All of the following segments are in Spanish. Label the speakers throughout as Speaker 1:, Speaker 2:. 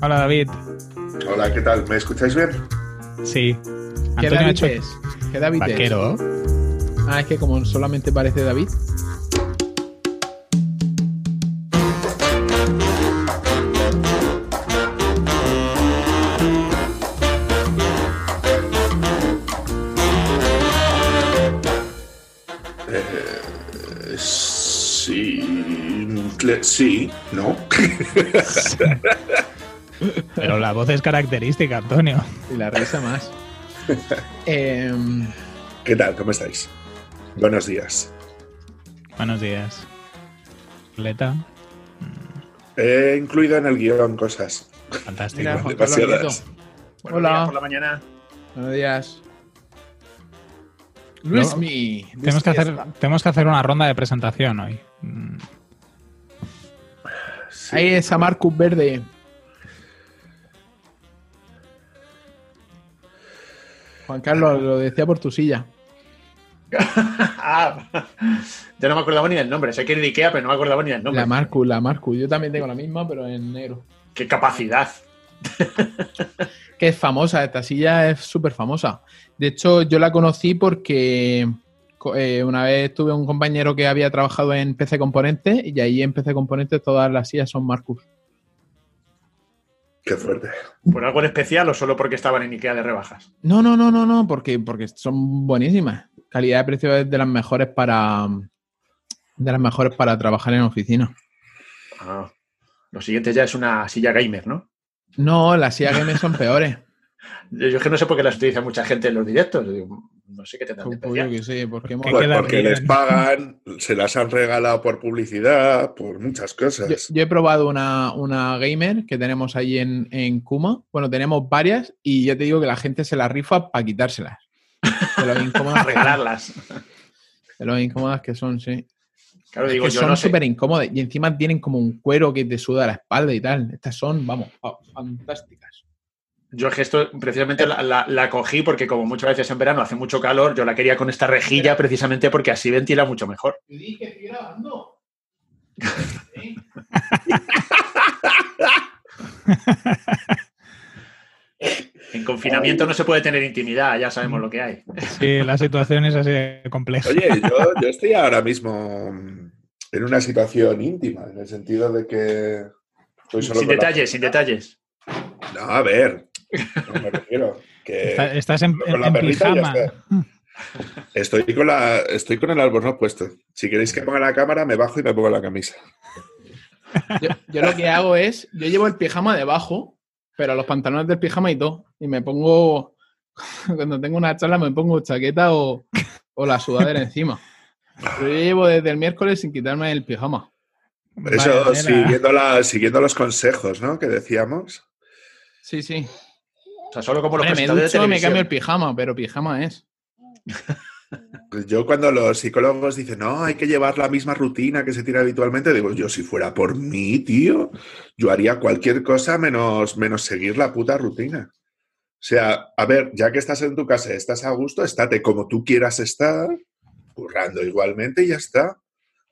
Speaker 1: Hola David.
Speaker 2: Hola, ¿qué tal? ¿Me escucháis bien?
Speaker 1: Sí.
Speaker 3: ¿Qué
Speaker 1: Antonio ha
Speaker 3: David
Speaker 1: hecho
Speaker 3: es? ¿Qué David es?
Speaker 1: vaquero.
Speaker 3: Ah, es que como solamente parece David.
Speaker 2: Eh, sí. le- Sí, ¿no?
Speaker 1: Pero la voz es característica, Antonio.
Speaker 3: Y la risa más. Em,
Speaker 2: ¿Qué tal? ¿Cómo estáis? Buenos días.
Speaker 1: Buenos días. Leta.
Speaker 2: He incluido en el guión cosas.
Speaker 1: Fantástico.
Speaker 3: mira, Juan Carlos
Speaker 2: demasiadas.
Speaker 3: Nieto.
Speaker 4: Buenos
Speaker 3: Hola.
Speaker 4: días por la mañana.
Speaker 3: Buenos días. Luismi.
Speaker 1: tenemos, que
Speaker 3: Luismi
Speaker 1: hacer, tenemos que hacer una ronda de presentación hoy. Mm,
Speaker 3: está- Ahí es a Marcus Verde. Juan Carlos, lo decía por tu silla.
Speaker 4: Ah, ya no me acordaba ni del nombre. Sé que era de Ikea, pero no me acordaba ni del nombre.
Speaker 3: La Marcus, la Marcus. Yo también tengo la misma, pero en negro.
Speaker 4: ¡Qué capacidad!
Speaker 3: que es famosa, esta silla es súper famosa. De hecho, yo la conocí porque co- eh, una vez tuve un compañero que había trabajado en PC Componentes y ahí en PC Componentes todas las sillas son Marcus.
Speaker 2: Qué fuerte.
Speaker 4: ¿Por algo en especial o solo porque estaban en Ikea de rebajas?
Speaker 3: No, no, no, no, no, porque, porque son buenísimas. Calidad de precio es de las mejores para de las mejores para trabajar en oficina.
Speaker 4: Ah, lo siguiente ya es una silla gamer, ¿no?
Speaker 3: No, las sillas que me son peores.
Speaker 4: Yo, yo es que no sé por qué las utiliza mucha gente en los directos. Yo digo, no sé qué tendrán de
Speaker 3: Pues yo
Speaker 4: especial.
Speaker 3: qué sé, porque
Speaker 1: Que
Speaker 3: hemos-
Speaker 2: Pues
Speaker 1: queda
Speaker 2: porque
Speaker 1: bien.
Speaker 2: les pagan, se las han regalado por publicidad, por muchas
Speaker 3: Yo,
Speaker 4: Pues.
Speaker 2: cosas.
Speaker 3: yo he probado una, una gamer que tenemos ahí en, en Kuma. Bueno, tenemos varias y ya te digo que la gente se las rifa para quitárselas. De lo incómodas, que son,
Speaker 4: Regalarlas.
Speaker 3: de lo incómodas que son, sí.
Speaker 4: Claro,
Speaker 3: Es
Speaker 4: digo,
Speaker 3: que
Speaker 4: yo
Speaker 3: son
Speaker 4: no sé.
Speaker 3: súper incómodas y encima tienen como un cuero que te suda la espalda y tal. Estas son, vamos, fa- fantásticas.
Speaker 4: Yo es que esto precisamente la, la- la cogí porque como muchas veces en verano hace mucho calor, yo la quería con esta rejilla precisamente porque así ventila mucho mejor.
Speaker 3: dije, estoy grabando.
Speaker 4: En confinamiento no se puede tener intimidad, ya sabemos lo que hay.
Speaker 1: Sí, la situación es así de compleja.
Speaker 2: Oye, yo, yo estoy ahora mismo en una situación íntima, en el sentido de que estoy solo
Speaker 4: Sin
Speaker 2: con la-
Speaker 4: detalles, sin detalles.
Speaker 2: No, a ver, no me refiero. Que
Speaker 1: Está- estás en,
Speaker 2: con la
Speaker 1: en
Speaker 2: perrita ya
Speaker 1: pijama.
Speaker 2: está. estoy, con la, estoy con el albornoz puesto. Si queréis que ponga la cámara, me bajo y me pongo la camisa.
Speaker 3: Yo, yo lo que hago es, yo llevo el pijama debajo, pero los pantalones del pijama y todo. Y me pongo, cuando tengo una charla, me pongo chaqueta o, o la sudadera encima. Pero yo llevo desde el miércoles sin quitarme el pijama.
Speaker 2: Eso,
Speaker 1: Vaya, nena.
Speaker 2: siguiendo, la- siguiendo los consejos, ¿no? Que decíamos.
Speaker 3: Sí, sí.
Speaker 4: O sea, solo como los
Speaker 3: Hombre, me
Speaker 4: presentadores de
Speaker 3: ducho, me
Speaker 4: televisión.
Speaker 3: cambio el pijama, pero pijama es.
Speaker 2: Pues Yo cuando los psicólogos dicen, no, hay que llevar la misma rutina que se tiene habitualmente, digo, yo si fuera por mí, tío, yo haría cualquier cosa menos, menos seguir la puta rutina. O sea, a ver, ya que estás en tu casa, estás a gusto, estate como tú quieras estar, currando igualmente y ya está.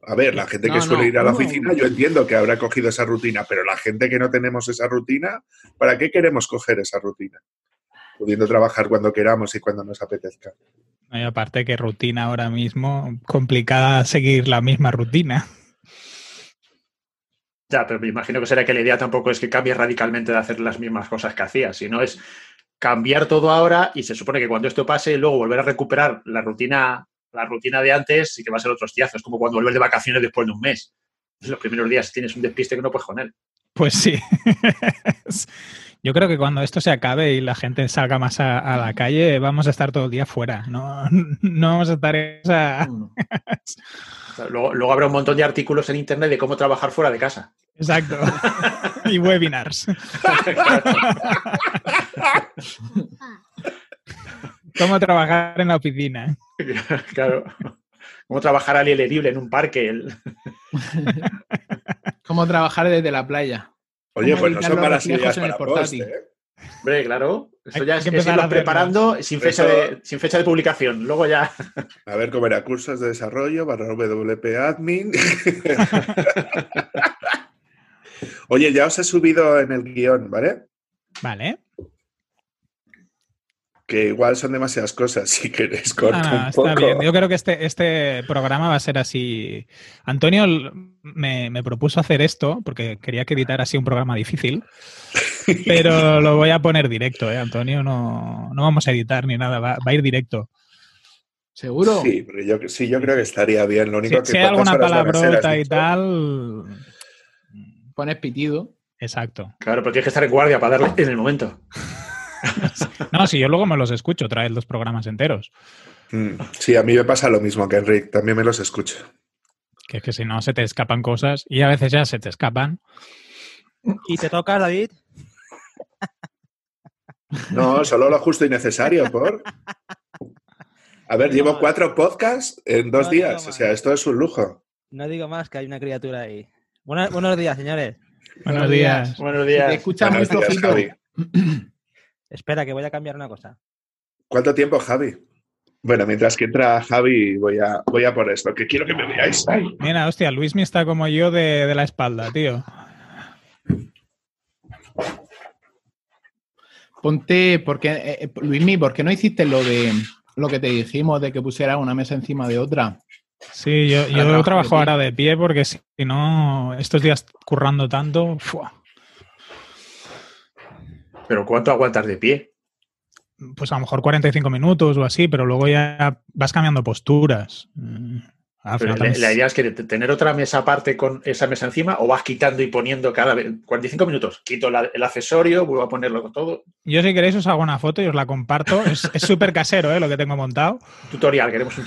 Speaker 2: A ver, la gente que
Speaker 3: No,
Speaker 2: suele
Speaker 3: no,
Speaker 2: ir a la
Speaker 3: no.
Speaker 2: oficina, yo entiendo que habrá cogido esa rutina, pero la gente que no tenemos esa rutina, ¿para qué queremos coger esa rutina? Pudiendo trabajar cuando queramos y cuando nos apetezca.
Speaker 1: No, y aparte que rutina ahora mismo, complicada seguir la misma rutina.
Speaker 4: Ya, pero me imagino que será que la idea tampoco es que cambies radicalmente de hacer las mismas cosas que hacías, sino es cambiar todo ahora y se supone que cuando esto pase, luego volver a recuperar la rutina, la rutina de antes y que va a ser otro hostiazo. Es como cuando vuelves de vacaciones después de un mes. Los primeros días tienes un despiste que no puedes con él.
Speaker 1: Pues sí. Yo creo que cuando esto se acabe y la gente salga más a, a la calle, vamos a estar todo el día fuera. No, no vamos a estar en esa,
Speaker 4: O sea, Luego, luego habrá un montón de artículos en internet de cómo trabajar fuera de casa.
Speaker 1: Exacto. y webinars. Cómo trabajar en la oficina.
Speaker 4: claro. Cómo trabajar al aire libre en un parque. el-
Speaker 3: Como trabajar desde la playa.
Speaker 2: Oye,
Speaker 3: ¿Cómo
Speaker 2: pues no
Speaker 3: evitar
Speaker 2: son
Speaker 3: los
Speaker 2: malas
Speaker 3: reflejos
Speaker 2: ideas
Speaker 3: en el
Speaker 2: para
Speaker 3: portátil?
Speaker 2: post, ¿eh?
Speaker 4: Hombre, claro. Esto
Speaker 1: Hay
Speaker 4: ya
Speaker 1: que
Speaker 4: es, es
Speaker 1: empezar a
Speaker 4: irlo
Speaker 1: hacerlo.
Speaker 4: preparando sin fecha,
Speaker 2: Eso-
Speaker 4: de, sin fecha de publicación. Luego ya.
Speaker 2: A ver cómo era, cursos de desarrollo barra WP admin. Oye, ya os he subido en el guión, ¿vale?
Speaker 1: Vale.
Speaker 2: Que igual son demasiadas cosas, si queréis corto
Speaker 1: Ah,
Speaker 2: un
Speaker 1: está
Speaker 2: poco.
Speaker 1: bien. Yo creo que este, este programa va a ser así. Antonio l- me, me propuso hacer esto porque quería que editara así un programa difícil, pero lo voy a poner directo, ¿eh, Antonio? No, no vamos a editar ni nada, va, va a ir directo.
Speaker 3: ¿Seguro?
Speaker 2: Sí, pero yo, sí, yo creo que estaría bien. Lo
Speaker 1: Si,
Speaker 2: único que
Speaker 1: si hay
Speaker 2: ¿cuántas
Speaker 1: alguna
Speaker 2: horas van a ser, has
Speaker 1: palabrota y
Speaker 2: dicho?
Speaker 1: tal.
Speaker 3: Pones pitido.
Speaker 1: Exacto.
Speaker 4: Claro, pero tienes que estar en guardia para darle en el momento.
Speaker 1: No, si yo luego me los escucho, trae los programas enteros.
Speaker 2: Mm, Sí, a mí me pasa lo mismo que Enric, también me los escucho.
Speaker 1: Que es que si no se te escapan cosas y a veces ya se te escapan.
Speaker 5: ¿Y te tocas, David?
Speaker 2: No, solo lo justo y necesario, por. A ver, llevo cuatro podcasts en dos
Speaker 5: No,
Speaker 2: días,
Speaker 5: no,
Speaker 2: o sea, esto es un lujo.
Speaker 5: No digo más que hay una criatura ahí. Buena- buenos días, señores.
Speaker 1: Buenos
Speaker 3: Buenos
Speaker 1: días.
Speaker 4: Buenos
Speaker 3: Si te
Speaker 4: días.
Speaker 3: escuchas muy
Speaker 2: Buenos días,
Speaker 3: flojito.
Speaker 2: Javi.
Speaker 5: Espera, que voy a cambiar una cosa.
Speaker 2: ¿Cuánto tiempo, Javi? Bueno, mientras que entra Javi, voy a, voy a por esto, que quiero que me veáis. Ay.
Speaker 1: Mira, hostia, Luis me está como yo de, de la espalda, tío.
Speaker 3: Ponte, porque eh, eh, Luismi, ¿por qué no hiciste lo de lo que te dijimos de que pusieras una mesa encima de otra?
Speaker 1: Sí, yo, yo
Speaker 3: trabajo de
Speaker 1: trabajo
Speaker 3: pie.
Speaker 1: ahora de pie porque si no, estos días currando tanto, ¡fua!
Speaker 4: Pero ¿cuánto aguantas de pie?
Speaker 1: pues a lo mejor 45 minutos o así, pero luego ya vas cambiando posturas. Mm, al
Speaker 4: Pero
Speaker 1: final
Speaker 4: la,
Speaker 1: también-
Speaker 4: la idea es que te- tener otra mesa aparte con esa mesa encima o vas quitando y poniendo cada vez. 45 minutos. Quito la- el accesorio, vuelvo a ponerlo con todo.
Speaker 1: Yo si queréis os hago una foto y os la comparto. Es es súper casero ¿eh? lo que tengo montado.
Speaker 4: Tutorial, queremos un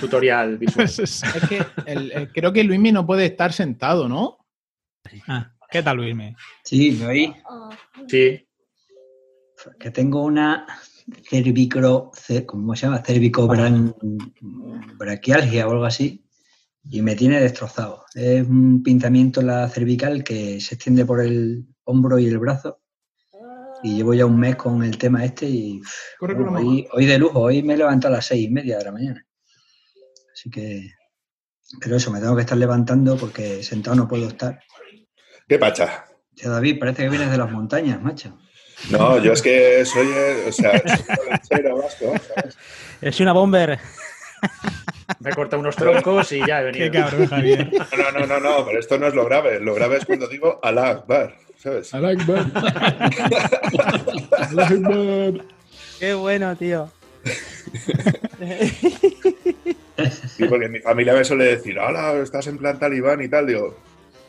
Speaker 4: tutorial visual.
Speaker 1: Es- es-
Speaker 3: Es que el- el- creo que Luismi no puede estar sentado, ¿no?
Speaker 1: Ah, ¿Qué tal, Luismi?
Speaker 6: Sí, me oí.
Speaker 4: Sí.
Speaker 6: Que tengo una cervicro, cer- ¿cómo se llama? Cervicobraquialgia o algo así. Y me tiene destrozado. Es un pintamiento en la cervical que se extiende por el hombro y el brazo. Y llevo ya un mes con el tema este y pff,
Speaker 3: Currículum
Speaker 6: hoy, hoy de lujo, hoy me levanto a las seis y media de la mañana. Así que, pero eso, me tengo que estar levantando porque sentado no puedo estar.
Speaker 2: ¿Qué pacha?
Speaker 6: Tío, David, parece que vienes de las montañas, macho.
Speaker 2: No, yo es que soy, eh, o sea, soy un ranchero vasco, ¿sabes?
Speaker 5: Es una bomber.
Speaker 4: Me he cortado unos troncos y ya he
Speaker 1: Qué
Speaker 4: venido.
Speaker 1: cabrón, Javier.
Speaker 2: No, no, no, no, no, pero esto no es lo grave. Lo grave es cuando digo Alá Akbar, ¿sabes?
Speaker 3: I like that. I like that.
Speaker 5: Qué bueno, tío.
Speaker 2: Sí, porque mi familia me suele decir, hola, estás en plan talibán y tal. Digo,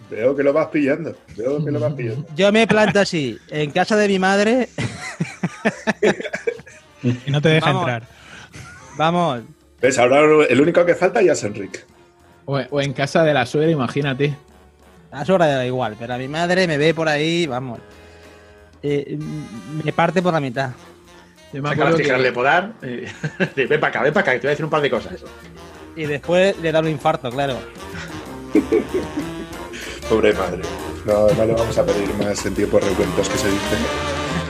Speaker 2: veo que lo vas pillando, veo que lo vas pillando.
Speaker 5: Yo me planto así, en casa de mi madre.
Speaker 1: Y no te deja
Speaker 5: Vamos.
Speaker 1: entrar.
Speaker 5: Vamos,
Speaker 2: ¿Ves? Ahora el único que falta ya es Enric.
Speaker 3: O, o en casa de la suegra, imagínate.
Speaker 5: a su hora da igual, pero a mi madre me ve por ahí, vamos. Eh, mm, me parte por la mitad.
Speaker 3: Yo me
Speaker 4: Saca las
Speaker 3: acuerdo
Speaker 4: tijeras de
Speaker 3: que,
Speaker 4: podar. eh, de, ven para acá, ven para acá, que te voy a decir un par de cosas.
Speaker 5: Y después le da un infarto, claro.
Speaker 2: Pobre madre. No, no le vamos a pedir más en tiempos revueltos que se dice.